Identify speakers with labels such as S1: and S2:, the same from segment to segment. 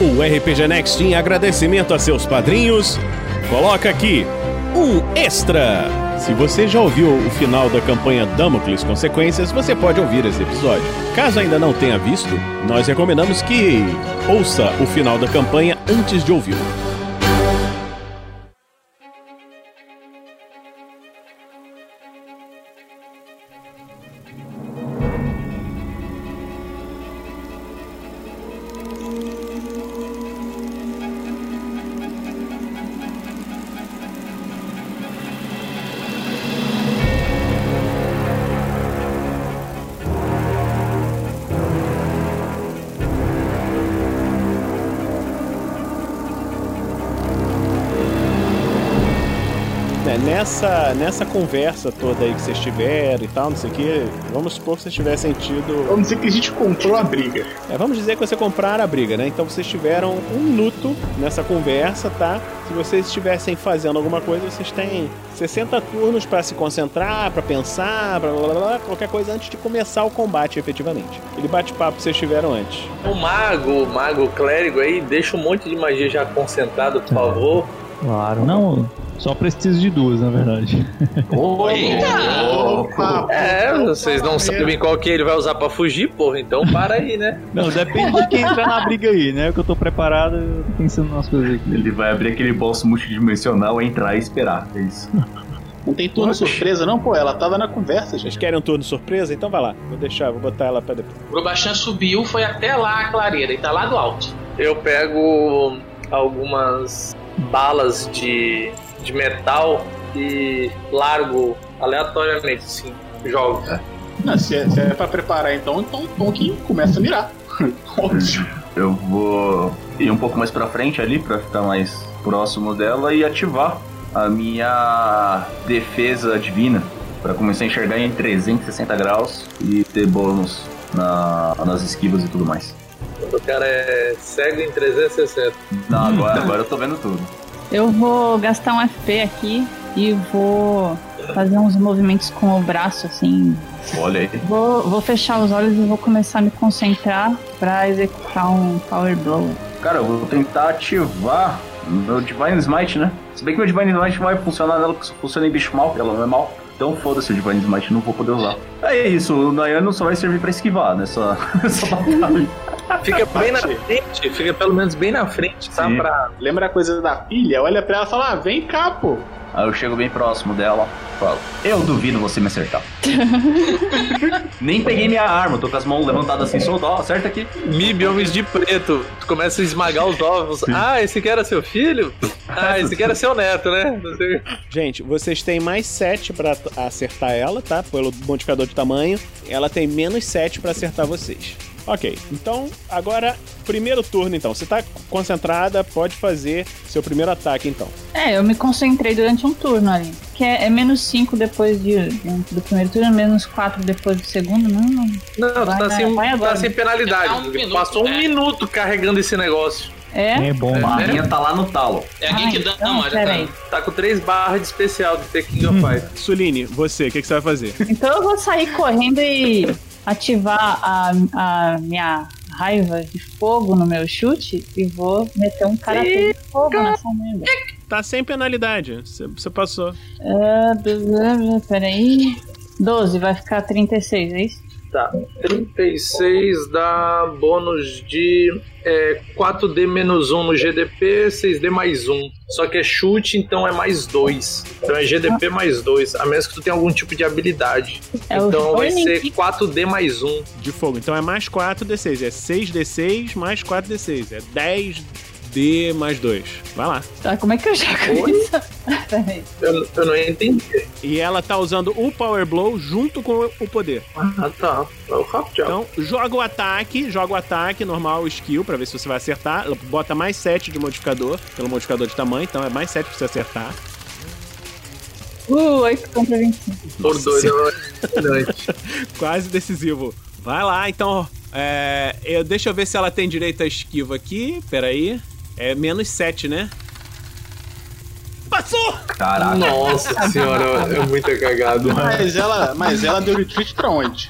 S1: O RPG Next em agradecimento a seus padrinhos, coloca aqui um extra. Se você já ouviu o final da campanha Damocles Consequências, você pode ouvir esse episódio. Caso ainda não tenha visto, nós recomendamos que ouça o final da campanha antes de ouvi-lo. É, nessa, nessa conversa toda aí que vocês tiveram e tal, não sei o que, vamos supor que vocês tivessem tido.
S2: Vamos dizer que a gente comprou a briga.
S1: É, vamos dizer que você compraram a briga, né? Então vocês tiveram um minuto nessa conversa, tá? Se vocês estivessem fazendo alguma coisa, vocês têm 60 turnos pra se concentrar, pra pensar, pra blá, blá, blá, qualquer coisa antes de começar o combate efetivamente. Ele bate-papo que vocês tiveram antes.
S3: O mago, o mago clérigo aí, deixa um monte de magia já concentrado, por favor.
S4: Claro. Não, só preciso de duas, na verdade.
S3: Oi!
S2: Opa!
S3: É, vocês não sabem qual que ele vai usar pra fugir, porra, então para aí, né?
S4: Não, depende de quem entrar na briga aí, né? Que eu tô preparado, eu tô pensando nas coisas aqui.
S5: Ele vai abrir aquele bolso multidimensional, entrar e esperar. É isso.
S2: Não tem turno surpresa, não, pô. Ela tava na conversa,
S1: Vocês
S2: gente.
S1: querem um turno surpresa? Então vai lá. Vou deixar, vou botar ela pra depois.
S6: O Grobachan subiu, foi até lá a clareira e tá lá do alto.
S3: Eu pego algumas balas de, de metal e largo aleatoriamente, assim, jogo.
S2: Ah, se, é, se é pra preparar, então, então o Tonkin começa a mirar. Óbvio.
S5: Eu vou ir um pouco mais pra frente ali, pra ficar mais próximo dela e ativar a minha defesa divina. Pra começar a enxergar em 360 graus e ter bônus na- nas esquivas e tudo mais.
S3: Quando o cara é cego em 360.
S5: Não, agora, agora eu tô vendo tudo.
S7: Eu vou gastar um FP aqui e vou fazer uns movimentos com o braço, assim.
S5: Olha aí.
S7: Vou, vou fechar os olhos e vou começar a me concentrar pra executar um Power Blow.
S5: Cara, eu vou tentar ativar meu Divine Smite, né? Se bem que meu Divine Smite vai funcionar nela, porque só funciona em bicho mal, ela não é mal. Então foda-se o Divine Smite, não vou poder usar. É isso, o Nayano só vai servir pra esquivar nessa, nessa batalha.
S3: Fica bem na frente, fica pelo menos bem na frente, tá?
S5: Sim.
S3: Pra...
S2: Lembra a coisa da filha? Olha pra ela e fala: ah, vem cá, pô.
S5: Aí eu chego bem próximo dela, falo, eu duvido você me acertar. Nem peguei minha arma, tô com as mãos levantadas assim, solta, ó, acerta aqui.
S3: Mib homens de preto, tu começa a esmagar os ovos. Ah, esse aqui era seu filho? Ah, esse aqui era seu neto, né? Não sei.
S1: Gente, vocês têm mais 7 pra t- acertar ela, tá? Pelo modificador de tamanho. Ela tem menos 7 pra acertar vocês. Ok, então agora, primeiro turno então. Você tá concentrada, pode fazer seu primeiro ataque então.
S7: É, eu me concentrei durante um turno ali. Que é, é menos 5 depois de, do primeiro turno, menos 4 depois do segundo, não, não.
S3: Não, tu tá
S7: Vai,
S3: sem,
S7: vai agora.
S3: tá sem
S6: Dá um
S3: penalidade.
S6: minuto,
S3: Passou um
S6: né?
S3: minuto carregando esse negócio.
S7: É?
S4: É bom,
S5: A
S4: mano.
S5: minha tá lá no talo.
S6: É alguém
S7: Ah,
S6: que dá
S7: então,
S6: uma já
S7: peraí.
S6: tá.
S3: Tá com três barras de especial do The King of Fight.
S1: Suline, você, o que, que você vai fazer?
S7: Então eu vou sair correndo e ativar a, a minha raiva de fogo no meu chute e vou meter um cara de fogo nessa merda.
S1: Tá sem penalidade, você- você passou.
S7: Ah, blá, blá, blá, Peraí. 12, vai ficar 36, é isso?
S3: Tá. 36 dá bônus de é, 4D menos 1 no GDP, 6D mais 1. Só que é chute, então é mais 2. Então é GDP mais 2. A menos que tu tenha algum tipo de habilidade.
S7: É
S3: então vai
S7: Burning
S3: ser
S7: Kick.
S3: 4D mais 1.
S1: De fogo, então é mais 4d6, é 6d6 mais 4d6, é 10d mais 2. Vai lá.
S7: Tá, como é que eu jogo
S3: Oi?
S7: isso? Peraí.
S3: Eu, eu não entendi.
S1: E ela tá usando o Power Blow junto com o poder.
S3: Ah, tá. É o Raptor.
S1: Então, joga o ataque, joga o ataque, normal skill, pra ver se você vai acertar. Ela Bota mais 7 de modificador, pelo modificador de tamanho, então é mais 7 pra você acertar.
S7: Uh, 8 contra 25.
S3: Por dois é bastante.
S1: Quase decisivo. Vai lá, então. É, eu, deixa eu ver se ela tem direito a esquiva aqui. Peraí. É menos 7, né? Passou!
S5: Caraca.
S3: Nossa senhora, é muito cagado.
S2: Mas ela, mas ela deu retreat pra onde?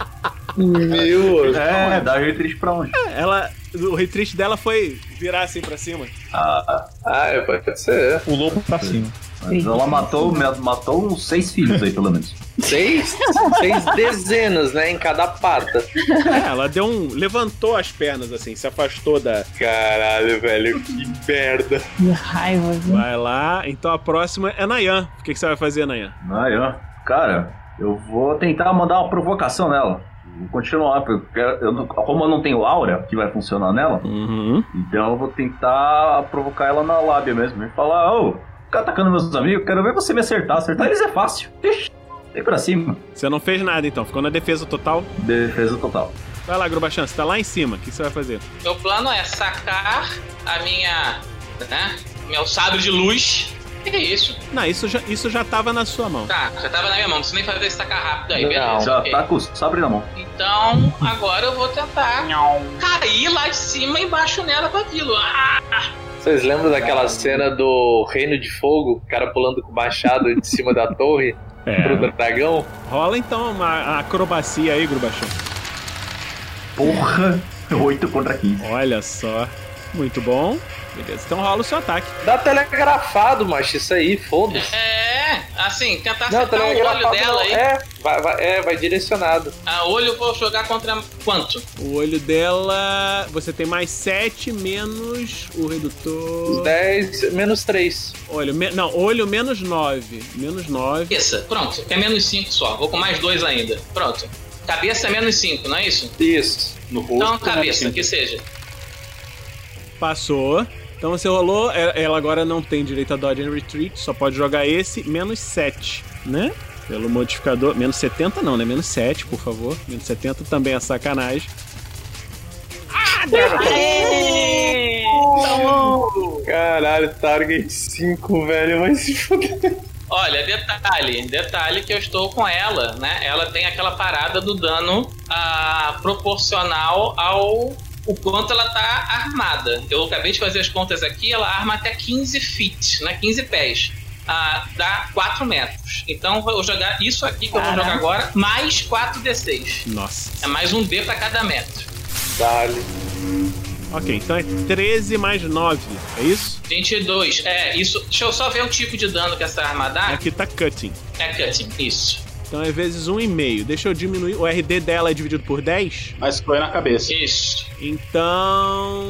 S3: Meu. É.
S5: É, dá retreat pra onde?
S1: Ela O retreat dela foi virar assim pra cima.
S5: Ah,
S3: Ah, é, pode ser.
S4: O lobo pra cima.
S5: mas ela matou, matou uns seis filhos aí, pelo menos.
S3: Seis, seis dezenas, né? Em cada pata.
S1: É, ela deu um. levantou as pernas assim, se afastou da.
S3: Caralho, velho, que merda.
S7: Que raiva, viu?
S1: Vai lá, então a próxima é Nayan. O que, que você vai fazer, Nayan?
S5: Aí, ó. Cara, eu vou tentar mandar uma provocação nela. Vou continuar, porque eu quero- eu não- como eu não tenho aura que vai funcionar nela,
S1: Uhum.
S5: então eu vou tentar provocar ela na lábia mesmo. E falar, ô, fica atacando meus amigos, quero ver você me acertar. Acertar eles é fácil. Ixi, vem pra cima.
S1: Você não fez nada então, ficou na defesa total.
S5: Defesa total.
S1: Vai lá, Grubachan, você tá lá em cima. O que, que você vai fazer?
S6: Meu plano é sacar a minha. né? Meu sabre de luz. Que isso?
S1: Não, isso já, isso já tava na sua mão.
S6: Tá, já tava na minha mão, não precisa nem fazer esse sacar rápido aí,
S3: Não.
S6: beleza.
S5: Já
S6: ok.
S5: tá com o sabre na mão.
S6: Então, agora eu vou tentar cair lá de cima e embaixo nela com aquilo. Ah,
S3: Vocês lembram daquela cena do Reino de Fogo? O cara pulando com o machado de cima da torre pro
S1: É.
S3: dragão?
S1: Rola então uma acrobacia aí, Grubachan.
S5: Porra, 8 contra 15.
S1: Olha só. Muito bom. Beleza, então rola o seu ataque.
S3: Dá telegrafado, macho, isso aí, foda-se.
S6: é, assim, tentar
S3: Não,
S6: acertar o
S3: telegrafado
S6: olho dela
S3: não.
S6: aí.
S3: É, vai, vai- é, vai direcionado.
S6: A olho eu vou jogar contra quanto?
S1: O olho dela. Você tem mais 7 menos o redutor.
S3: 10 menos 3.
S1: Olho, me- não, olho menos 9. Menos 9.
S6: Cabeça. Pronto, é menos 5 só. Vou com mais dois ainda. Pronto. Cabeça é menos 5, não é isso?
S3: Isso.
S2: No rosto.
S6: Então,
S2: né,
S6: cabeça,
S2: assim.
S6: que seja.
S1: Passou. Então você rolou. e- Ela agora não tem direito a Dodge and Retreat, só pode jogar esse. Menos 7, né? Pelo modificador. Menos 70 não, né? Menos 7, por favor. Menos 70 também é sacanagem. Ah,
S7: Aê!
S3: Caralho, Target 5, velho, vai se foder.
S6: Olha, detalhe, detalhe que eu estou com ela, né? Ela tem aquela parada do dano ah, proporcional ao o quanto ela tá armada. Eu acabei de fazer as contas aqui, ela arma até 15 feet, né? 15 pés. Ah, dá 4 metros. Então eu vou jogar isso aqui que eu vou
S7: Caraca.
S6: jogar agora, mais 4d6. É
S1: Nossa.
S6: mais um D pra cada metro.
S3: Dale.
S1: Ok, então é 13 mais 9, é isso?
S6: 22. É, isso. Deixa eu só ver o tipo de dano que essa arma dá.
S1: Aqui tá cutting.
S6: É cutting, isso.
S1: Então é vezes 1,5. Deixa eu diminuir. O RD dela é dividido por 10?
S2: Mas foi na cabeça.
S6: Isso.
S1: Então.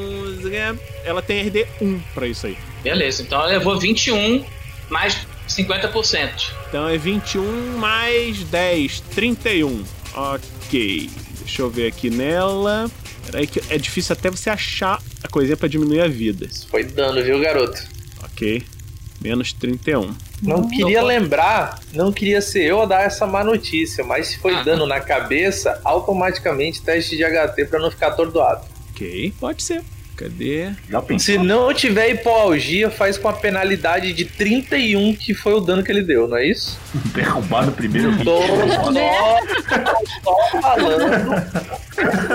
S1: é, Ela tem RD 1 pra isso aí.
S6: Beleza, então ela levou 21 mais 50%.
S1: Então é 21 mais 10, 31. Ok. Deixa eu ver aqui nela. Peraí que é difícil até você achar a coisinha pra diminuir a vida.
S3: Isso foi dano, viu, garoto?
S1: Ok. Menos 31.
S3: Não queria
S6: pode.
S3: lembrar, não queria ser eu a dar essa má notícia, mas se foi
S6: Ah.
S3: dano na cabeça, automaticamente teste de HT pra não ficar atordoado.
S1: Ok. Pode ser. Cadê?
S5: Já pensei.
S3: Se não tiver hipoalgia, faz com a penalidade de 31, que foi o dano que ele deu, não é isso?
S5: Derrubado primeiro.
S3: Tô
S6: Né?
S3: só, tô só falando.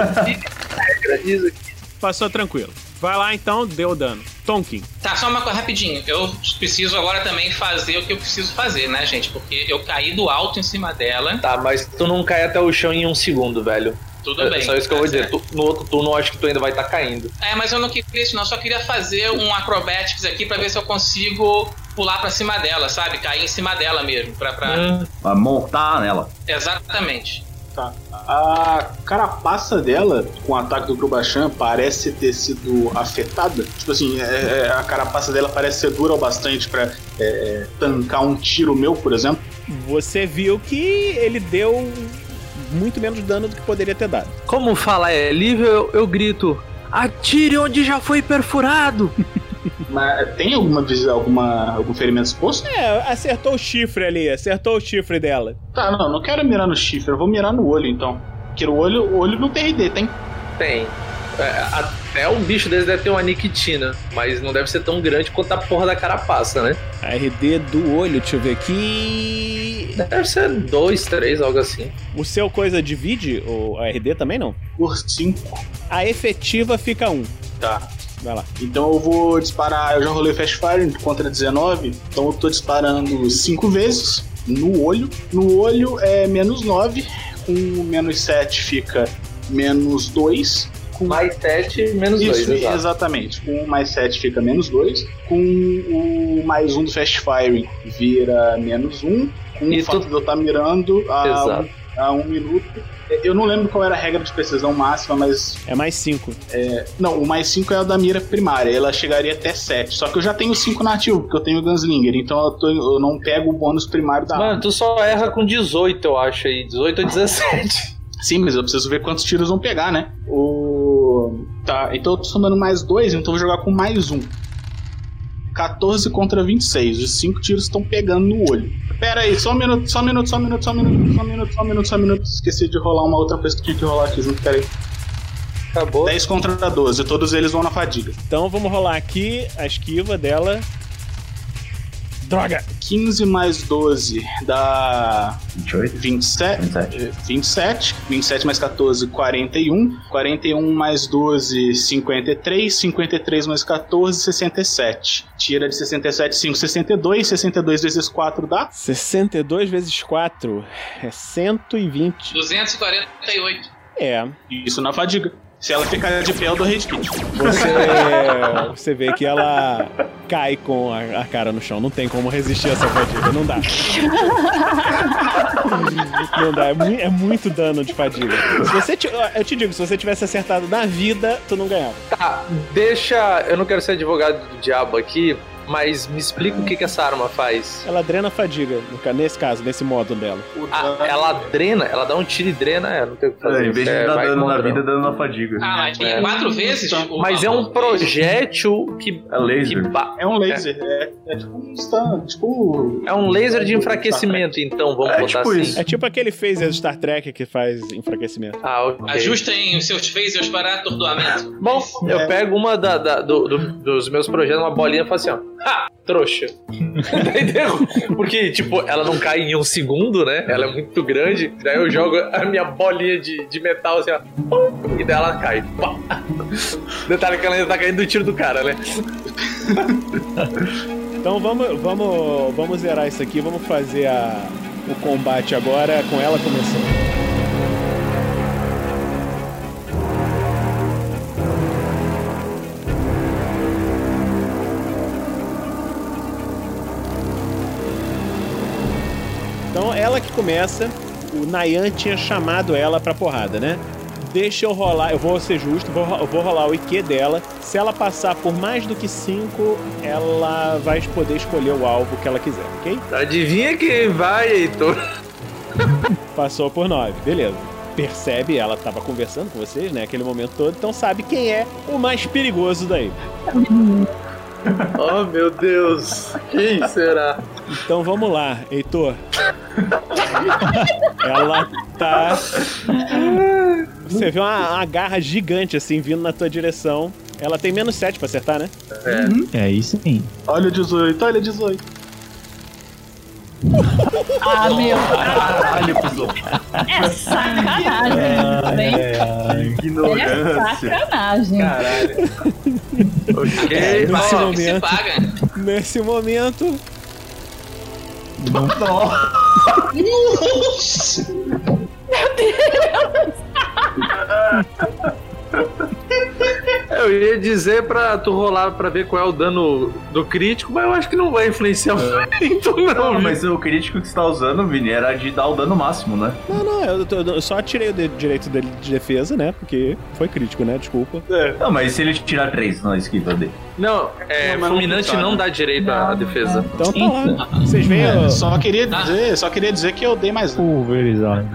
S3: Regra diz aqui.
S1: Passou tranquilo. Vai lá então, deu dano. Tonkin.
S6: Tá, só uma coisa rapidinho. Eu preciso agora também fazer o que eu preciso fazer, né, gente? Porque eu caí do alto em cima dela.
S3: Tá, mas tu não cai até o chão em um segundo, velho.
S6: Tudo
S3: É
S6: bem.
S3: só isso que eu vou
S6: tá
S3: dizer. Tu- no outro turno, eu acho que tu ainda vai estar caindo.
S6: certo. É, mas eu não queria isso, não. Eu só queria fazer um acrobatics aqui pra ver se eu consigo pular pra cima dela, sabe? Cair em cima dela mesmo. Pra, pra...
S3: Hum,
S5: Vai montar nela.
S6: Exatamente.
S2: Tá. A carapaça dela, com o ataque do Grubachan, parece ter sido afetada. Tipo assim, é- é, a carapaça dela parece ser dura o bastante pra é, é, tancar um tiro meu, por exemplo.
S1: Você viu que ele deu muito menos dano do que poderia ter dado.
S3: Como fala é livre, eu, eu grito: atire onde já foi perfurado!
S2: Mas tem alguma, vis- alguma algum ferimento exposto?
S1: É, acertou o chifre ali, acertou o chifre dela.
S2: Tá, não, não quero mirar no chifre, eu vou mirar no olho então. Porque o olho, o olho não tem RD, tem?
S3: Tem. É, até um bicho desse deve ter uma nictina, mas não deve ser tão grande quanto a porra da carapaça, né?
S1: A RD do olho, deixa eu ver aqui.
S3: Deve ser dois, três, algo assim.
S1: O seu coisa divide, o a RD também não?
S2: Por 5.
S1: A efetiva fica 1.
S2: Tá.
S1: Vai lá.
S2: Então eu vou disparar. Eu já rolei Fast Fire contra 19. Então eu tô disparando 5 vezes no olho. No olho é menos 9. Com menos 7 fica menos 2. com
S3: Mais 7, menos
S2: Isso,
S3: 2, exato.
S2: exatamente. Com um mais 7 fica menos 2. Com o mais 1 do Fast Firing vira menos 1. Com
S3: E
S2: o fato
S3: tu-
S2: de eu estar mirando a
S3: Exato.
S2: um, a um minuto. É, Eu não lembro qual era a regra de precisão máxima, mas.
S1: É mais 5.
S2: Não, o mais 5 é a da mira primária, ela chegaria até 7. Só que eu já tenho 5 nativo, porque eu tenho o Gunslinger, então eu, tô- eu não pego o bônus primário da
S3: Mano, tu só erra com 18, eu acho aí. 18 ou 17.
S2: Sim, mas eu preciso ver quantos tiros vão pegar, né? O... Tá, então eu tô somando mais dois, então eu vou jogar com mais um. 14 contra 26. Os cinco tiros estão pegando no olho. Pera aí, só um minuto, só um minuto, só um minuto, só um minuto, só um minuto, só um minuto, só um minuto. Esqueci de rolar uma outra coisa que tinha que rolar aqui junto, pera aí.
S3: Acabou.
S2: 10 contra 12, todos eles vão na fadiga.
S1: Então vamos rolar aqui a esquiva dela. Droga!
S2: 15 mais 12 dá
S5: 28?
S2: 27.
S5: 27.
S2: É, 27, 27 mais 14, 41, 41 mais 12, 53, 53 mais 14, 67. Tira de 67, 5, 62, 62 vezes 4 dá
S1: 62 vezes 4 é 120.
S6: 248.
S1: É.
S2: isso na fadiga. Se ela ficar de pé, eu dou rage quit.
S1: Você, você vê que ela cai com a, a cara no chão. Não tem como resistir a essa fadiga. Não dá. Não dá. É, mui- é muito dano de fadiga. Se você ti- eu te digo, se você tivesse acertado na vida, tu não ganhava.
S3: Tá, deixa. Eu não quero ser advogado do diabo aqui, mas me explica o que, que essa arma faz.
S1: Ela drena a fadiga, no ca- nesse caso, nesse modo dela.
S2: O dano-
S3: Ah, ela drena, ela dá um tiro e drena, é, não tem o que fazer.
S5: É, em vez
S3: é,
S5: de dar
S3: vai
S5: dano na
S3: contra.
S5: vida, dando na fadiga.
S6: Ah, mas tem
S3: É.
S6: quatro vezes? O
S3: Mas é um
S6: valor desse.
S3: projétil que.
S5: É laser.
S3: que ba-
S2: É um laser, é, é tipo um stun, tipo.
S3: É um laser de enfraquecimento, então, vamos
S5: É
S3: botar
S5: tipo
S3: assim.
S5: isso.
S1: É tipo aquele phaser do Star Trek que faz enfraquecimento.
S3: Ah, ok.
S6: Ajustem os seus phasers para atordoamento.
S3: Bom, eu pego uma da, da- do- do- dos meus projetos, uma bolinha e falo assim, ó. Ha! Trouxa. Entendeu? Porque, tipo, ela não cai em um segundo, né? Ela é muito grande. Daí eu jogo a minha bolinha de, de metal assim, ó. pum, E daí ela cai. Pá. Detalhe que ela ainda tá caindo do tiro do cara, né?
S1: Então vamos, vamos, vamos zerar isso aqui. Vamos fazer a- o combate agora com ela começando. Então ela que começa. O Nayan tinha chamado ela pra porrada, né? Deixa eu rolar, eu vou ser justo, vou, ro- eu vou rolar o IQ dela. Se ela passar por mais do que 5, ela vai poder escolher o alvo que ela quiser, ok?
S3: Adivinha quem vai, Heitor?
S1: Passou por 9, beleza. Percebe, ela tava conversando com vocês, né? Aquele momento todo, então sabe quem é o mais perigoso daí.
S3: Oh, meu Deus. Quem será?
S1: Então vamos lá, Heitor. Ela tá. Você vê uma, uma garra gigante assim vindo na tua direção. Ela tem menos 7 pra acertar, né?
S4: É isso sim.
S2: Olha o 18, olha o 18.
S7: Ah, meu,
S5: Caralho, pisou.
S7: é sacanagem. É
S5: Ignorância.
S7: sacanagem.
S3: Caralho.
S6: É,
S3: Ok.
S1: Nesse
S3: ó,
S6: Que se
S1: momento.
S6: paga.
S1: Nesse momento.
S5: Nossa.
S3: É, Eu ia dizer pra tu rolar pra ver qual é o dano do crítico, mas eu acho que não vai influenciar muito, não.
S5: Não,
S3: viu?
S5: mas o crítico que você tá usando, Vini, era de dar o dano máximo, né?
S1: Não, não, eu, tô- eu só tirei o de- direito dele de defesa, né? Porque foi crítico, né? Desculpa.
S5: Não, mas se ele tirar 3 na esquiva dele.
S3: Não,
S2: Não,
S3: é,
S2: mas não
S3: fulminante
S2: funciona.
S3: não dá direito à à defesa.
S1: Então tá lá. Vocês veem.
S5: É,
S1: ó,
S2: É, Só queria
S3: Ah.
S2: dizer, só queria dizer que eu dei mais um.
S4: Pulverizado.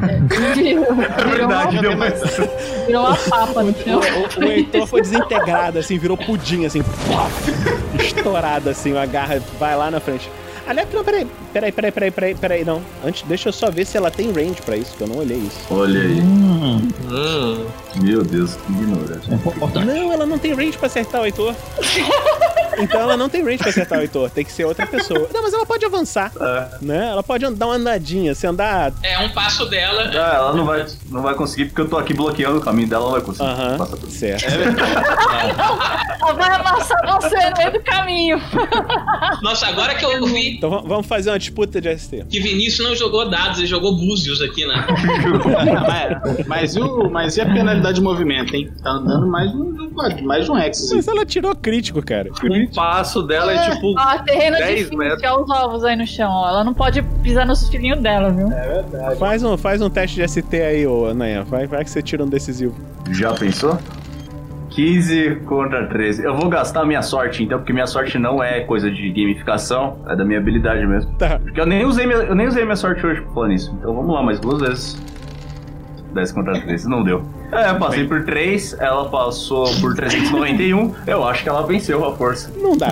S7: Virou,
S5: É verdade,
S7: virou,
S5: deu mais.
S7: uma, virou uma papa no chão.
S1: O, o Heitor foi desintegrado, assim, virou pudim, assim. Estourado, assim, uma garra vai lá na frente. Aliás, não, peraí, peraí, peraí, peraí, peraí, peraí, não. Antes, deixa eu só ver se ela tem range pra isso, que eu não olhei isso.
S5: Olha aí.
S4: Hum,
S3: Hum.
S5: Meu Deus, que ignorância.
S4: importante.
S5: Tá.
S1: Não, ela não tem range pra acertar o Heitor. Então ela não tem range pra acertar o Heitor, tem que ser outra pessoa. Não, mas ela pode avançar,
S5: É.
S1: né? Ela pode an- dar uma andadinha, se andar.
S6: É um passo dela.
S5: Ah, ela não vai, não vai conseguir porque eu tô aqui bloqueando o caminho dela, ela não vai conseguir
S1: Aham,
S5: passar por mim.
S1: certo.
S7: Ela vai amassar você no meio do caminho.
S6: Nossa, agora que eu vi
S1: Então va- vamos fazer uma disputa de ST.
S6: que Vinícius não jogou dados, ele jogou búzios aqui, né?
S2: mas, mas, e o, mas e a penalidade de movimento, hein? Tá andando mais de um, mais de um Hex.
S1: Mas ela tirou crítico, cara.
S3: O passo dela é tipo.
S7: Ó, terreno
S3: 10
S7: difícil,
S3: metros.
S7: olha os ovos aí no chão, ó. Ela não pode pisar nos filhinhos dela, viu?
S1: Faz um, faz um teste de ST aí, ô Nayan. Vai, vai que você tira um decisivo.
S5: Já pensou? 15 contra 13. Eu vou gastar a minha sorte, então, porque minha sorte não é coisa de gamificação, é da minha habilidade mesmo.
S1: Tá.
S5: Porque eu nem usei minha, eu nem usei minha sorte hoje pra falar nisso. Então vamos lá, mais duas vezes. 10 contra 13, não deu. É, eu passei por 3, ela passou por 391, eu acho que ela venceu a força.
S1: Não dá.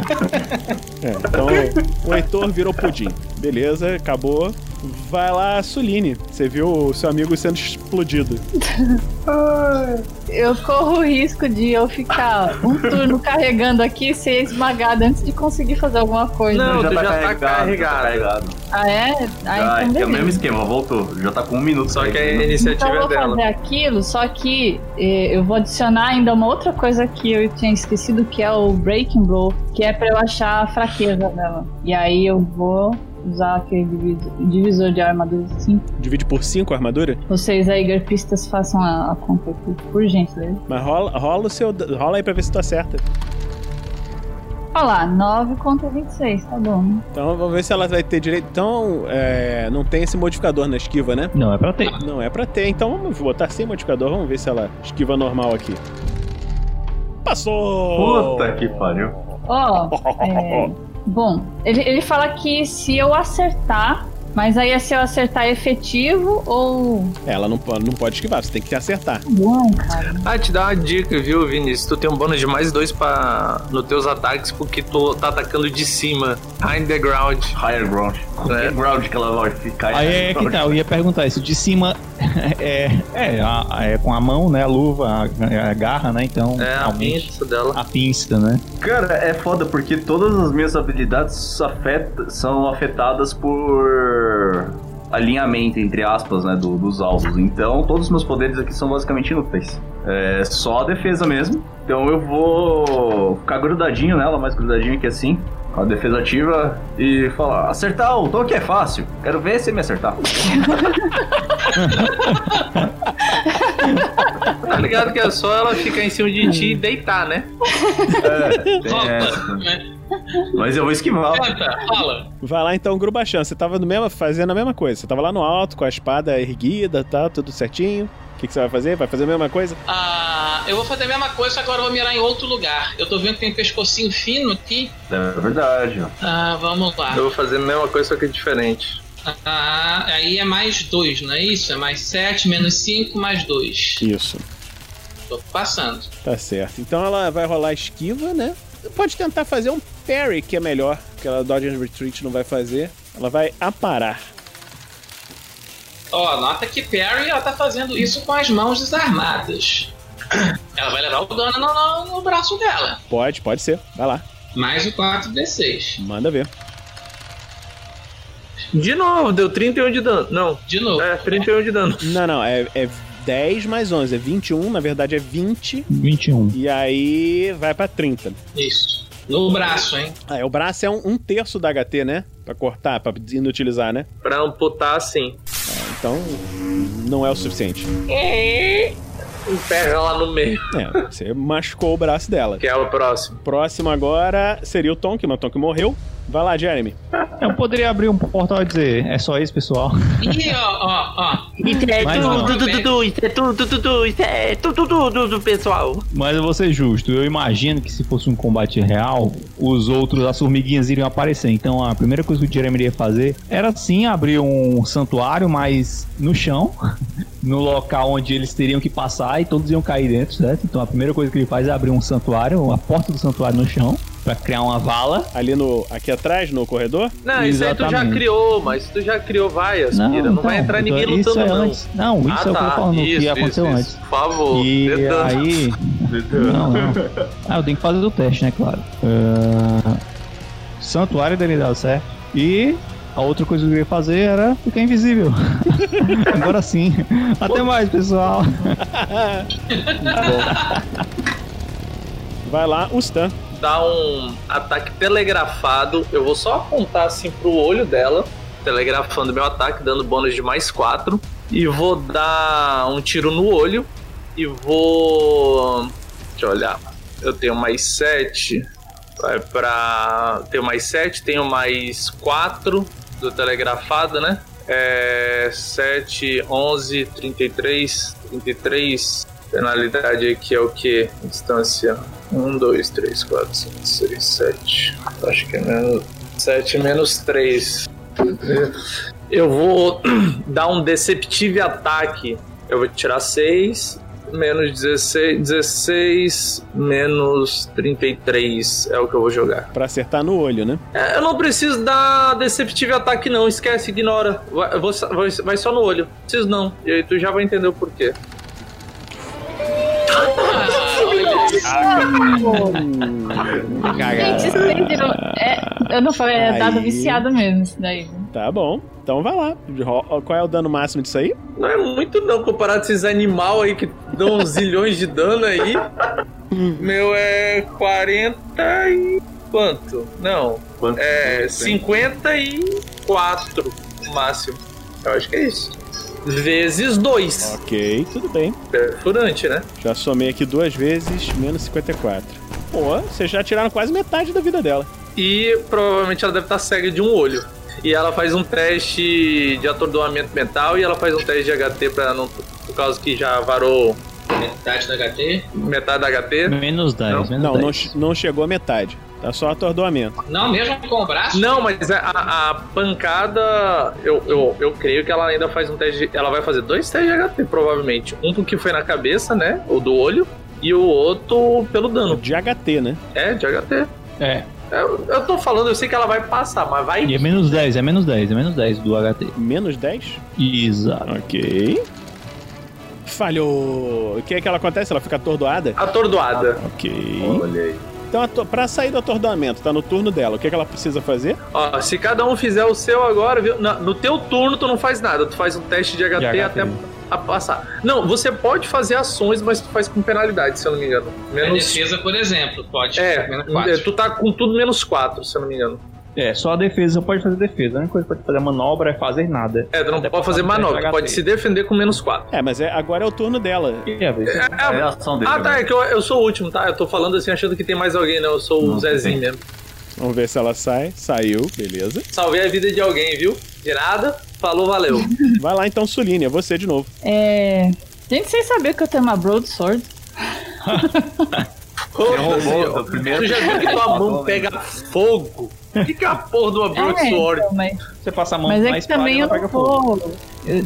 S1: É, então o Heitor virou pudim. Beleza, acabou. Vai lá, Suline. Você viu o seu amigo sendo explodido.
S7: Eu corro o risco de eu ficar um turno carregando aqui e ser esmagada antes de conseguir fazer alguma coisa.
S3: Não, tu já tá
S5: Já
S3: carregado.
S5: tá carregado.
S7: Ah, é? Ah,
S5: Já,
S7: então
S5: é o mesmo
S7: beleza.
S5: esquema, voltou. Já tá com um minuto.
S3: Só que a
S5: carregando.
S7: Então
S3: iniciativa
S7: eu
S3: é
S7: vou
S3: dela.
S7: fazer aquilo, só que eh, eu vou adicionar ainda uma outra coisa que eu tinha esquecido, que é o Breaking Blow, que é pra eu achar a fraqueza dela. E aí eu vou usar aquele diviso- divisor de armadura 5.
S1: Divide por 5 a armadura.
S7: Vocês aí, garpistas, façam a, a conta aqui, por gentileza.
S1: Mas rola, rola o seu. Rola aí pra ver se tá tu acerta.
S7: Olha lá, 9 contra 26, tá bom. né?
S1: Então vamos ver se ela vai ter direito. Então, é, não tem esse modificador na esquiva, né?
S4: Não, é pra ter.
S1: Não é pra ter, então vamos botar sem modificador, vamos ver se ela esquiva normal aqui. Passou!
S5: Puta que pariu.
S7: Ó, é, bom, ele, ele fala que se eu acertar, mas aí é se eu acertar efetivo ou. tá
S1: Ela não, po- não pode esquivar, você tem que acertar.
S7: Bom, cara.
S3: Ah, te dá uma dica, viu, Vinícius? Tu tem um bônus de mais dois pra... nos teus ataques porque tu tá atacando de cima, behind the ground.
S5: Higher ground. Qualquer ground que ela vai ficar.
S4: Aí é que tá, eu ia perguntar isso. De cima é, é, a- a- é com a mão, né? A luva, a, a garra, né? Então,
S3: É a
S4: realmente,
S3: pinça dela.
S4: a pinça, né?
S5: Cara, é foda porque todas as minhas habilidades afeta- são afetadas por alinhamento, entre aspas, né, do- dos alvos. Então, todos os meus poderes aqui são basicamente inúteis. É só a defesa mesmo. Então, eu vou ficar grudadinho nela, mais grudadinho que assim, com a defesa ativa e falar: acertar o toque é fácil. Quero ver se me acertar.
S3: Tá ligado que é só ela ficar em cima de ti e deitar, né?
S5: Tem essa. É, Mas eu vou esquivar.
S6: Canta, fala.
S1: Vai lá então, Grubachan, você tava no mesmo, fazendo a mesma coisa. Você tava lá no alto, com a espada erguida, tá? Tudo certinho. O que, que você vai fazer? Vai fazer a mesma coisa?
S6: Ah, eu vou fazer a mesma coisa, só que agora eu vou mirar em outro lugar. Eu tô vendo que tem um pescocinho fino aqui.
S5: É verdade, ó.
S6: Ah, vamos lá.
S3: Eu vou fazer a mesma coisa, só que diferente.
S6: Ah, aí é mais dois, não é isso? É mais sete, menos cinco, mais dois.
S1: Isso.
S6: Tô passando.
S1: Tá certo. Então ela vai rolar esquiva, né? Pode tentar fazer um parry, que é melhor, que ela Dodge and Retreat não vai fazer. Ela vai aparar.
S6: Ó, nota que Perry ela tá fazendo isso com as mãos desarmadas. Ela vai levar o dano no, no- no braço dela.
S1: Pode, pode ser. Vai lá.
S6: Mais o 4d6.
S1: Manda ver.
S3: De novo, deu 31 de dano. Não,
S6: De novo.
S3: é 31 de dano.
S1: Não, não, é, é 10 mais 11, é 21, na verdade é 20,
S4: 21.
S1: e aí vai pra 30.
S6: Isso. No braço, hein?
S1: Ah, é, o braço é um, um terço da HT, né? Pra cortar, pra inutilizar, né?
S3: Pra amputar assim.
S1: Então, não é o suficiente.
S3: Pega lá no meio,
S1: É, você machucou o braço dela.
S3: que é o próximo.
S1: Próximo agora seria o Tonk, mas o Tonk morreu. Vai lá, Jeremy.
S4: Eu poderia abrir um portal e dizer, é só isso, pessoal.
S6: Ih, ó, ó, ó.
S8: Isso é
S4: Mas
S8: tudo,
S4: não.
S8: tudo, tudo, isso é tudo, tudo, tudo, isso é tudo, tudo, tudo, pessoal.
S4: Mas eu vou ser justo, eu imagino que se fosse um combate real, os outros, as formiguinhas iriam aparecer. Então a primeira coisa que o Jeremy iria fazer era sim abrir um santuário, mas no chão, no local onde eles teriam que passar e todos iam cair dentro, certo? Então a primeira coisa que ele faz é abrir um santuário, a porta do santuário no chão, pra criar uma vala.
S1: Ali no. Aqui atrás, no corredor.
S3: Não, isso aí tu já
S4: Exatamente. criou,
S3: criou, mas tu já criou, vai, Aspira. Não,
S4: então,
S3: vai entrar
S4: então
S3: ninguém
S4: isso
S3: lutando,
S4: é
S3: não. Ah, tá.
S4: antes. Não, isso é o que eu tô falando, o que aconteceu antes.
S3: Por favor,
S4: E aí,
S2: entendeu?
S4: Não, não. Ah, eu tenho que fazer o teste, né, claro. Ah, santuário dele dá certo. E a outra coisa que eu ia fazer era ficar invisível. Agora sim. Até mais, pessoal.
S1: Vai lá, o Stan.
S3: Dá um ataque telegrafado. Eu vou só apontar assim pro olho dela, telegrafando meu ataque, dando bônus de mais 4. E vou dar um tiro no olho. E vou. Deixa eu olhar. Eu tenho mais 7. Vai É pra. Tenho mais 7, tenho mais 4 do telegrafado, né? É. 7, 11, 33, 33. Penalidade aqui é o que? Distância 1, 2, 3, 4, 5, 6, 7. Acho que é menos. 7 menos 3. Eu vou dar um deceptive ataque. Eu vou tirar 6. Menos 16. 16 menos 33 é o que eu vou jogar.
S1: Pra acertar no olho, né?
S3: É, eu não preciso dar deceptive ataque, não. Esquece, ignora. Vai, eu vou só- vai- vai só no olho. Preciso não. E aí tu já vai entender o porquê.
S6: Ah, olha,
S7: Gente, isso aí virou- é, eu não falei, é dado
S1: Aí.
S7: viciado mesmo isso daí.
S1: Tá bom. Então vai lá. Ro- Qual é o dano máximo disso aí?
S3: Não é muito não, comparado a esses animal aí que dão uns zilhões de dano aí. Meu é 40 e quanto? Não,
S5: Quanto?
S3: é 54 no máximo. Eu acho que é isso. Vezes 2.
S1: Ok, tudo bem.
S3: Perfurante, né?
S1: Já somei aqui duas vezes, menos 54. Pô, vocês já tiraram quase metade da vida dela.
S3: E provavelmente ela deve estar cega de um olho. E ela faz um teste de atordoamento mental e ela faz um teste de HT para não. Por causa que já varou
S6: metade da HT?
S3: metade da HT.
S4: Menos 10,
S3: Não,
S4: menos
S1: Não,
S4: 10.
S1: não, che- não chegou a metade. Tá só atordoamento.
S6: Não, mesmo com o braço?
S3: Não, mas a, a- a pancada, eu, eu, eu creio que ela ainda faz um teste. de- Ela vai fazer dois testes de HP, provavelmente. Um porque foi na cabeça, né? O do olho. E o outro pelo dano.
S1: De HT, né?
S3: É, de HT.
S4: É,
S3: Eu, eu tô falando, eu sei que ela vai passar, mas vai.
S4: e é menos 10, é menos 10, é menos 10 do HT.
S1: Menos 10?
S4: Exato.
S1: Ok. Falhou. O que é que ela acontece? Ela fica atordoada?
S3: Atordoada.
S1: Ok.
S5: Olha aí.
S1: Então, ato- pra sair do atordoamento, tá no turno dela. O que é que ela precisa fazer?
S3: Ó, se cada um fizer o seu agora, viu? Na- no teu turno tu não faz nada, tu faz um teste de HT,
S4: De
S3: até
S4: HT.
S3: a passar. Não, você pode fazer ações, mas tu faz com penalidade, se eu não me engano.
S6: A
S3: Menos.
S6: defesa, por exemplo, pode.
S3: É,
S6: É menos quatro.
S3: tu tá com tudo menos 4, se eu não me engano.
S4: É, só a defesa pode fazer defesa. A única coisa que pode fazer manobra é fazer nada.
S3: É, tu não
S4: Até
S3: pode fazer
S4: passar no
S3: manobra, tu
S4: PHP.
S5: assim.
S3: pode se defender com menos 4.
S1: É, mas é, agora é o turno dela.
S4: E é, velho.
S5: É a ação dele.
S3: Ah, tá,
S5: né?
S3: é que eu, eu sou o último, tá? Eu tô falando assim achando que tem mais alguém, não. Eu sou o
S5: Não,
S3: Zezinho
S5: tem.
S3: mesmo.
S1: Vamos ver se ela sai. Saiu, beleza.
S3: Salvei a vida de alguém, viu? De nada. Falou, valeu.
S1: Vai lá então, Suline, é você de novo.
S7: É. Gente, vocês sabiam que eu tenho uma broadsword?
S5: Você
S3: Foda-se,
S5: roubou
S3: ó.
S5: do primeiro.
S3: Tu já viu que tua mão
S5: Roubou,
S3: pega fogo? O que, que é a porra de uma
S7: é,
S3: broadsword?
S7: então, mas,
S4: Você passa a mão
S7: mas
S4: na
S7: é que
S4: espada e
S7: também eu
S4: ela
S7: não
S4: pega fogo.
S7: vou. eu-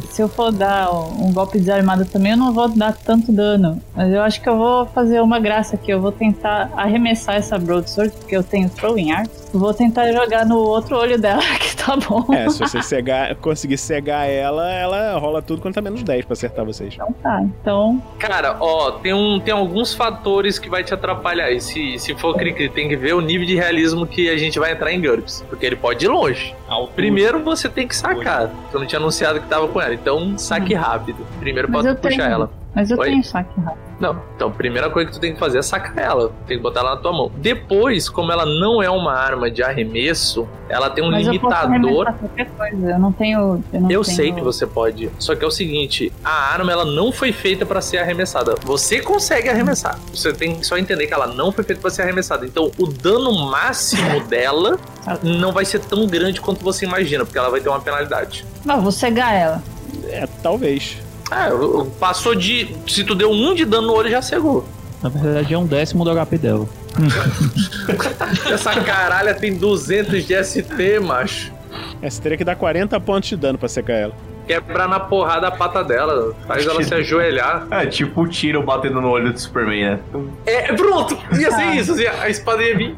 S7: se eu for dar um golpe desarmado também, eu não vou dar tanto dano. Mas eu acho que eu vou fazer uma graça aqui. Eu vou tentar arremessar essa broadsword, porque eu tenho throwing art. Vou tentar jogar no outro olho dela, que tá bom.
S1: É, se você cegar, conseguir cegar ela, ela rola tudo quanto tá menos 10 pra acertar vocês.
S7: Tá, então.
S3: Cara, ó, tem, um, tem alguns fatores que vai te atrapalhar. E se, se for cri tem que ver o nível de realismo que a gente vai entrar em GURPS. Porque ele pode ir longe.
S4: Altura.
S3: Primeiro você tem que sacar. Tu não tinha anunciado que tava com ela. Então
S5: Uhum.
S3: saque rápido. Primeiro
S7: Mas
S3: pode
S7: eu
S3: puxar
S7: tenho.
S3: ela.
S7: Mas eu
S3: Oi?
S7: tenho saque rápido.
S3: Não. Então, a primeira coisa que tu tem que fazer é sacar ela. Tem que botar ela na tua mão. Depois, como ela não é uma arma de arremesso, ela tem um
S7: Mas eu posso
S3: limitador.
S7: arremessar né? qualquer coisa. Eu não tenho. Eu, não
S3: Eu
S7: tenho...
S3: sei que você pode. Só que é o seguinte, a arma ela não foi feita pra ser arremessada. Você consegue arremessar. Você tem que só entender que ela não foi feita pra ser arremessada. Então, o dano máximo dela não vai ser tão grande quanto você imagina, porque ela vai ter uma penalidade.
S7: Não, vou cegar ela.
S1: É, talvez.
S3: Ah, eu- eu- passou de. Se tu deu um de dano no olho, já cegou.
S4: Na verdade é um décimo do HP dela.
S3: Essa caralha tem 200 de ST, macho.
S1: É, você teria que dar 40 pontos de dano pra secar ela.
S3: Quebrar na porrada a pata dela. Faz ela se ajoelhar.
S5: É tipo o tiro batendo no olho do Superman, né?
S3: É, pronto! Ia ser isso. ia- A espada ia vir.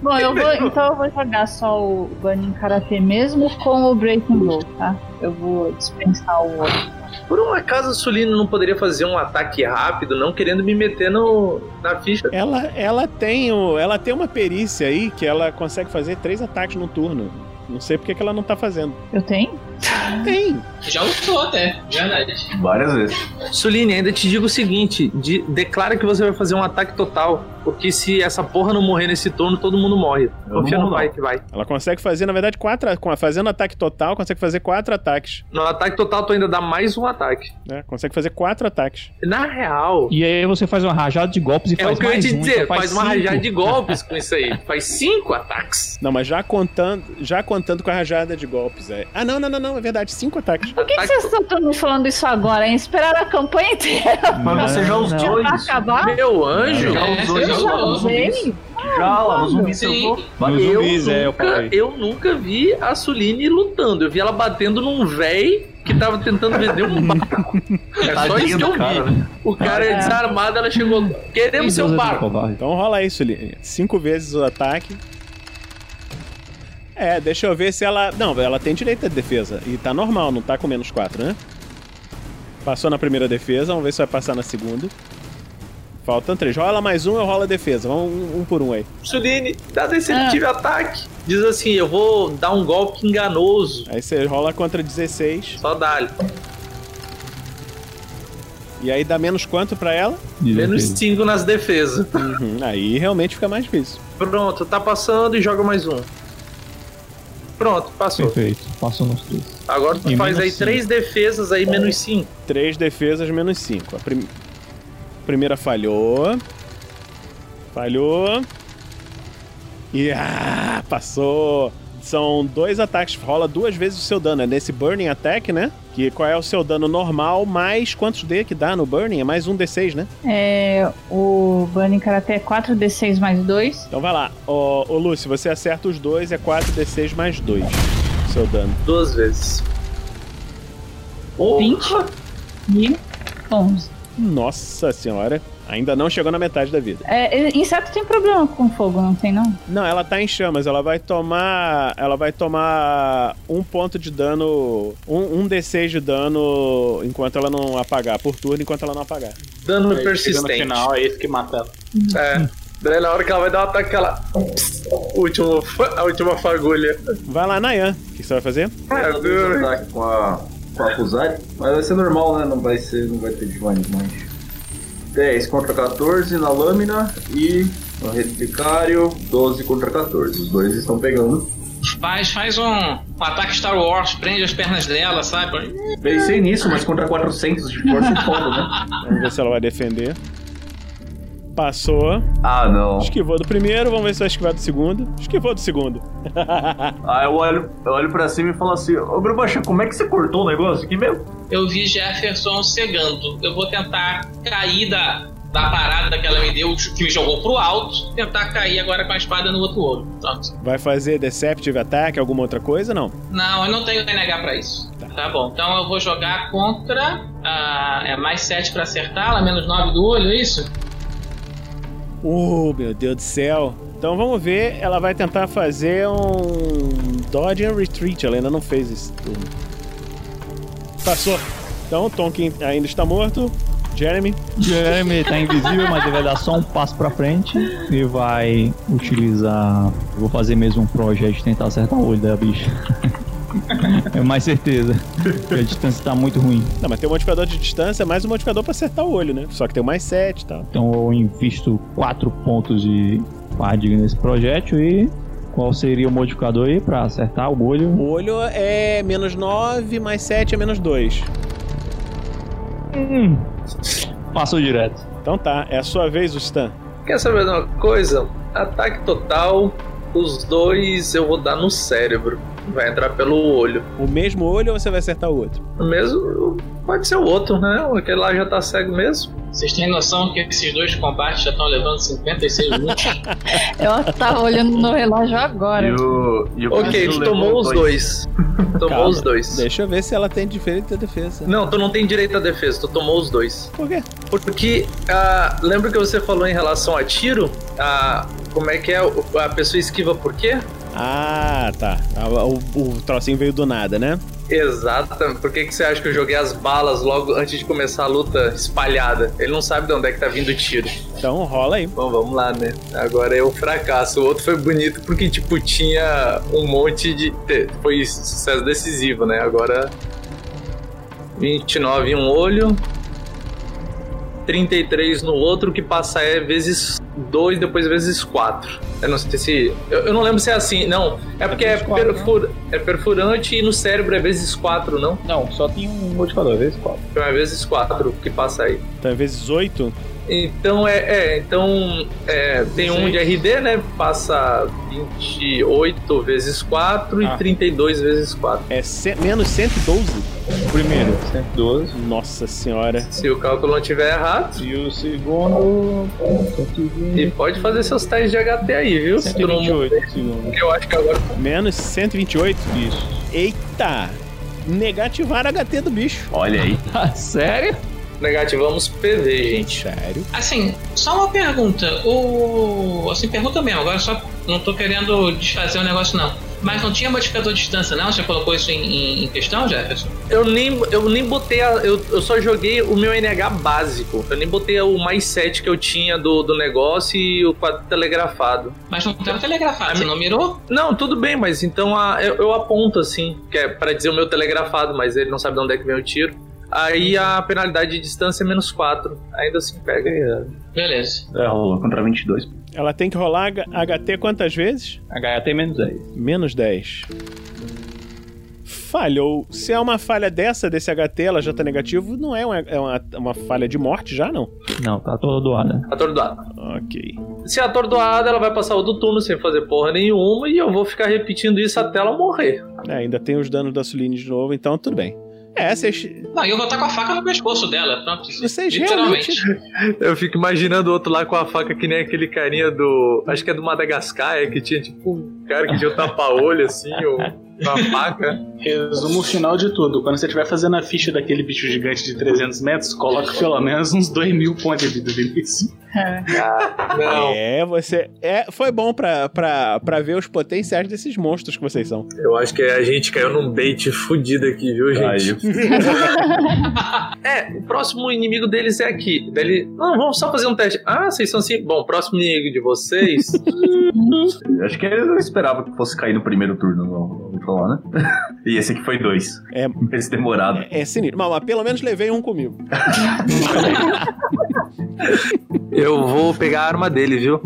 S7: Bom, eu vou, então eu vou jogar só o Guanin Karate mesmo com o Breaking Blow, tá? Eu vou dispensar o outro.
S3: Por um acaso, a Sulina não poderia fazer um ataque rápido, não querendo me meter no, na ficha.
S1: Ela, ela, tem o, ela tem uma perícia aí que ela consegue fazer três ataques no turno. Não sei porque que ela não tá fazendo.
S7: Eu tenho?
S1: Tem.
S6: Já usou até, verdade.
S5: Várias vezes.
S3: Suline, ainda te digo o seguinte: de- declara que você vai fazer um ataque total. Porque se essa porra não morrer nesse turno, todo mundo morre.
S5: não
S3: Confia no
S5: morro,
S3: pai
S5: não.
S3: que vai.
S1: Ela consegue fazer, na verdade, quatro. com- Fazendo ataque total, consegue fazer quatro ataques.
S3: No ataque total, tu ainda dá mais um ataque.
S1: né? Consegue fazer quatro ataques.
S3: Na real,
S4: E aí você faz uma rajada de golpes e
S3: é
S4: faz
S3: o que eu ia
S4: mais
S3: te
S4: um,
S3: dizer:
S4: então
S3: faz, uma
S4: cinco.
S3: rajada de golpes com isso aí. Faz cinco ataques.
S1: Não, mas já contando, já contando com a rajada de golpes. É. Ah, não, não, não, não. É verdade. Cinco ataques.
S7: Por que,
S3: Tá
S7: que vocês estão todo mundo falando isso agora, hein? Esperaram a campanha inteira
S5: Mas você já usou
S7: pra
S5: isso.
S7: acabar?
S3: Meu anjo,
S5: Já
S6: É,
S5: usou
S7: Eu
S6: eu
S5: isso.
S7: já
S6: não
S7: usei.
S4: Ah,
S5: Já, lá no zumbi você
S6: Sim.
S5: usou.
S4: Nos
S3: eu,
S4: zumbis, é, eu
S3: nunca,
S4: falei.
S3: eu nunca vi a Suline lutando. Eu vi ela batendo num véi que tava tentando vender um barco. É só isso que eu vi.
S4: né?
S3: O cara é desarmado, ela chegou. Queremos seu barco.
S1: Então rola isso, Lili. Cinco vezes o ataque. É, deixa eu ver se ela. Não, ela tem direito à defesa. E tá normal, não tá com menos quatro, né? Passou na primeira defesa, vamos ver se vai passar na segunda. Faltam três. Rola mais um, eu rolo a defesa. Vamos um, um por um aí.
S3: Suline, dá deceptivo ataque. Diz assim: eu vou dar um golpe enganoso.
S1: Aí você rola contra 16.
S3: Só dá
S1: E aí dá menos quanto pra ela?
S3: menos 5 nas defesas.
S1: Uhum, aí realmente fica mais difícil.
S3: Pronto, tá passando e joga mais um. Pronto, passou.
S4: Perfeito, passou nos três.
S3: Agora tu
S4: E
S3: faz
S4: menos
S3: aí
S4: cinco.
S3: três defesas aí, menos 5.
S1: Três defesas menos cinco. A prim- primeira falhou. Falhou. E ah, passou. São dois ataques. Rola duas vezes o seu dano. É nesse Burning Attack, né? Que qual é o seu dano normal, mais quantos D que dá no Burning? É mais um D6, né?
S7: É, o Bunny Karate é 4d6 mais 2.
S1: Então vai lá. Ô, ô Lúcio, você acerta os dois, é 4D6 mais 2. Seu dano.
S3: Duas vezes.
S7: 20 e 11.
S1: Nossa senhora. Ainda não chegou na metade da vida.
S7: É, e- inseto tem problema com fogo, não tem não?
S1: Não, ela tá em chamas, ela vai tomar. Ela vai tomar um ponto de dano. Um, um D6 de dano enquanto ela não apagar. Por turno, enquanto ela não apagar.
S3: Dano
S2: Aí chega no
S3: persistente.
S2: final, é esse que mata ela.
S3: É. Daí na hora que ela vai dar um ataque, ela. Último, a última fagulha.
S1: Vai lá, Nayan. O que você vai fazer?
S3: É,
S5: Eu fiz um ataque com a, com a Fusari, mas vai ser normal, né? Não vai ser, não vai ter demais, mas... 10 contra 14 na lâmina e no replicário 12 contra 14. Os dois estão pegando.
S6: Faz, faz um, um ataque Star Wars, prende as pernas dela, sabe?
S5: Pensei nisso, mas contra 400 de força é foda, né?
S1: Vamos ver se ela vai defender. Passou.
S5: Ah, não.
S1: Esquivou do primeiro, vamos ver se vai esquivar do segundo. Esquivou do segundo.
S5: Aí Ah, eu olho, eu olho pra cima e falo assim, ô Grubachan, como é que você cortou o negócio aqui mesmo?
S6: Eu vi Jefferson cegando. Eu vou tentar cair da, da parada que ela me deu, que me jogou pro alto, tentar cair agora com a espada no outro olho. Pronto.
S1: Vai fazer Deceptive Attack, alguma outra coisa? Não.
S6: Não, eu não tenho NH pra isso. Tá, bom, então eu vou jogar contra. ah, é mais 7 pra acertar, ela menos 9 do olho, é isso?
S1: Uh, meu Deus do céu. Então vamos ver, ela vai tentar fazer um dodge and retreat. Ela ainda não fez esse turno. Passou. Então Tonkin ainda está morto. Jeremy,
S4: Jeremy tá invisível, mas ele vai dar só um passo pra frente e vai utilizar. Vou fazer mesmo um projeto de tentar acertar o olho da bicha. É mais certeza. Porque a distância tá muito ruim.
S1: não, mas tem um modificador de distância, mais um modificador para acertar o olho, né? Só que tem mais tá? 7 e tal.
S4: Então eu invisto 4 pontos de paradigma nesse projétil e qual seria o modificador aí pra acertar o olho?
S1: O olho é menos 9, mais 7 é menos 2.
S4: Hum, passou direto.
S1: Então tá, é a sua vez, o Stan.
S3: Quer saber de uma coisa? Ataque total, os dois eu vou dar no cérebro. Vai entrar pelo olho.
S1: O mesmo olho ou você vai acertar o outro?
S3: Mesmo. Pode ser o outro, né? Aquele lá já tá cego mesmo.
S6: Vocês têm noção que esses dois combates já estão levando 56 minutos?
S7: Eu tava olhando no relógio agora.
S5: E o, e o
S3: ok,
S5: Brasil
S3: tu
S5: levou
S3: tomou os dois. tomou
S1: Calma,
S3: Então os dois.
S1: Deixa eu ver se ela tem diferente da defesa.
S3: Não, tu não tem direito à defesa, tu tomou os dois.
S1: Por quê?
S3: Porque ah, lembra que você falou em relação a tiro? Ah, como é que é? O- A pessoa esquiva por quê?
S1: Ah, tá. Ah, O, o trocinho veio do nada, né?
S3: Exatamente. Por que, que você acha que eu joguei as balas logo antes de começar a luta espalhada? Ele não sabe de onde é que tá vindo o tiro.
S1: Então rola aí.
S3: Bom, vamos lá, né? Agora é o fracasso. O outro foi bonito porque, tipo, tinha um monte de. te- Foi sucesso decisivo, né? Agora. 29 em um olho. 33 no outro, que passa é vezes 2, depois vezes 4. Eu não sei se. Eu, eu não lembro se é assim, não. É porque é,
S4: vezes quatro, né?
S3: perfura- é perfurante e no cérebro é vezes 4, não?
S4: Não, só tem um modificador, vezes qual.
S3: Então é vezes 4 que passa aí.
S1: Então é vezes 8.
S3: Então é, é, então é, tem um de RD, né? Passa 28 vezes 4
S4: Ah.
S3: e 32 vezes 4.
S1: É ce- menos 112.
S4: Primeiro, 112.
S1: Nossa senhora.
S3: Se o cálculo não tiver errado,
S4: E o segundo.
S3: e pode fazer seus testes de HT aí, viu? Se tu não morrer,
S4: 128 segundo.
S3: eu acho que agora
S1: Menos 128.
S4: Isso.
S1: Eita! Negativaram a HT do bicho.
S5: Olha aí.
S4: sério?
S3: negativamos PV, gente.
S1: Sério?
S6: Assim, só uma pergunta. O. Assim, pergunta mesmo, agora só. Não tô querendo desfazer o negócio, não. Mas não tinha modificador de distância, não? Você colocou isso em, em- em questão, Jefferson?
S3: Eu nem, eu nem botei a, eu, eu só joguei o meu NH básico. Eu nem botei o mais 7 que eu tinha do, do negócio e o quadro telegrafado.
S6: Mas não estava telegrafado,
S3: A
S6: você
S3: mi-
S6: não mirou?
S3: Não, tudo bem, mas então a- eu, eu aponto assim, que é pra dizer o meu telegrafado, mas ele não sabe de onde é que vem o tiro. Aí a penalidade de distância é menos 4. Ainda assim pega.
S6: Beleza.
S5: É, rolou contra 22.
S1: Ela tem que rolar H- HT quantas vezes?
S4: HT menos 10.
S1: Menos 10. Falhou. Se é uma falha dessa, desse HT, ela já tá negativo, não é uma, é uma, uma falha de morte já, não?
S4: Não, tá toda doada.
S3: Atordoada.
S1: Ok.
S3: Se atordoada, ela vai passar o do turno sem fazer porra nenhuma e eu vou ficar repetindo isso até ela morrer.
S1: É, ainda tem os danos da Suline de novo, então tudo bem. É, vocês,
S6: Não, e eu vou estar com a faca no pescoço dela, pronto.
S1: vocês
S6: Literalmente.
S1: realmente
S3: Eu fico imaginando o outro lá com a faca que nem aquele carinha do. Acho que é do Madagascar, é que tinha tipo um cara que tinha um tapa-olho assim, ou uma faca.
S2: Resumo final de tudo. Quando você estiver fazendo a ficha daquele bicho gigante de 300 metros, coloca pelo menos uns 2 mil pontos de vida Vinícius.
S3: Não,
S1: É, você. É, foi bom pra, pra, pra ver os potenciais desses monstros que vocês são.
S3: eu acho que a gente caiu num bait fudido aqui, viu, gente?
S5: Caiu.
S3: É, o próximo inimigo deles é aqui. Daí ele, não, vamos só fazer um teste. Ah, vocês são assim. Bom, próximo inimigo de vocês.
S5: Acho que eu esperava que fosse cair no primeiro turno, não vou falar, né? E esse aqui foi dois.
S1: É.
S5: Esse demorado.
S1: É sinistro. Mas, mas pelo menos levei um comigo.
S3: eu vou pegar a arma dele, viu?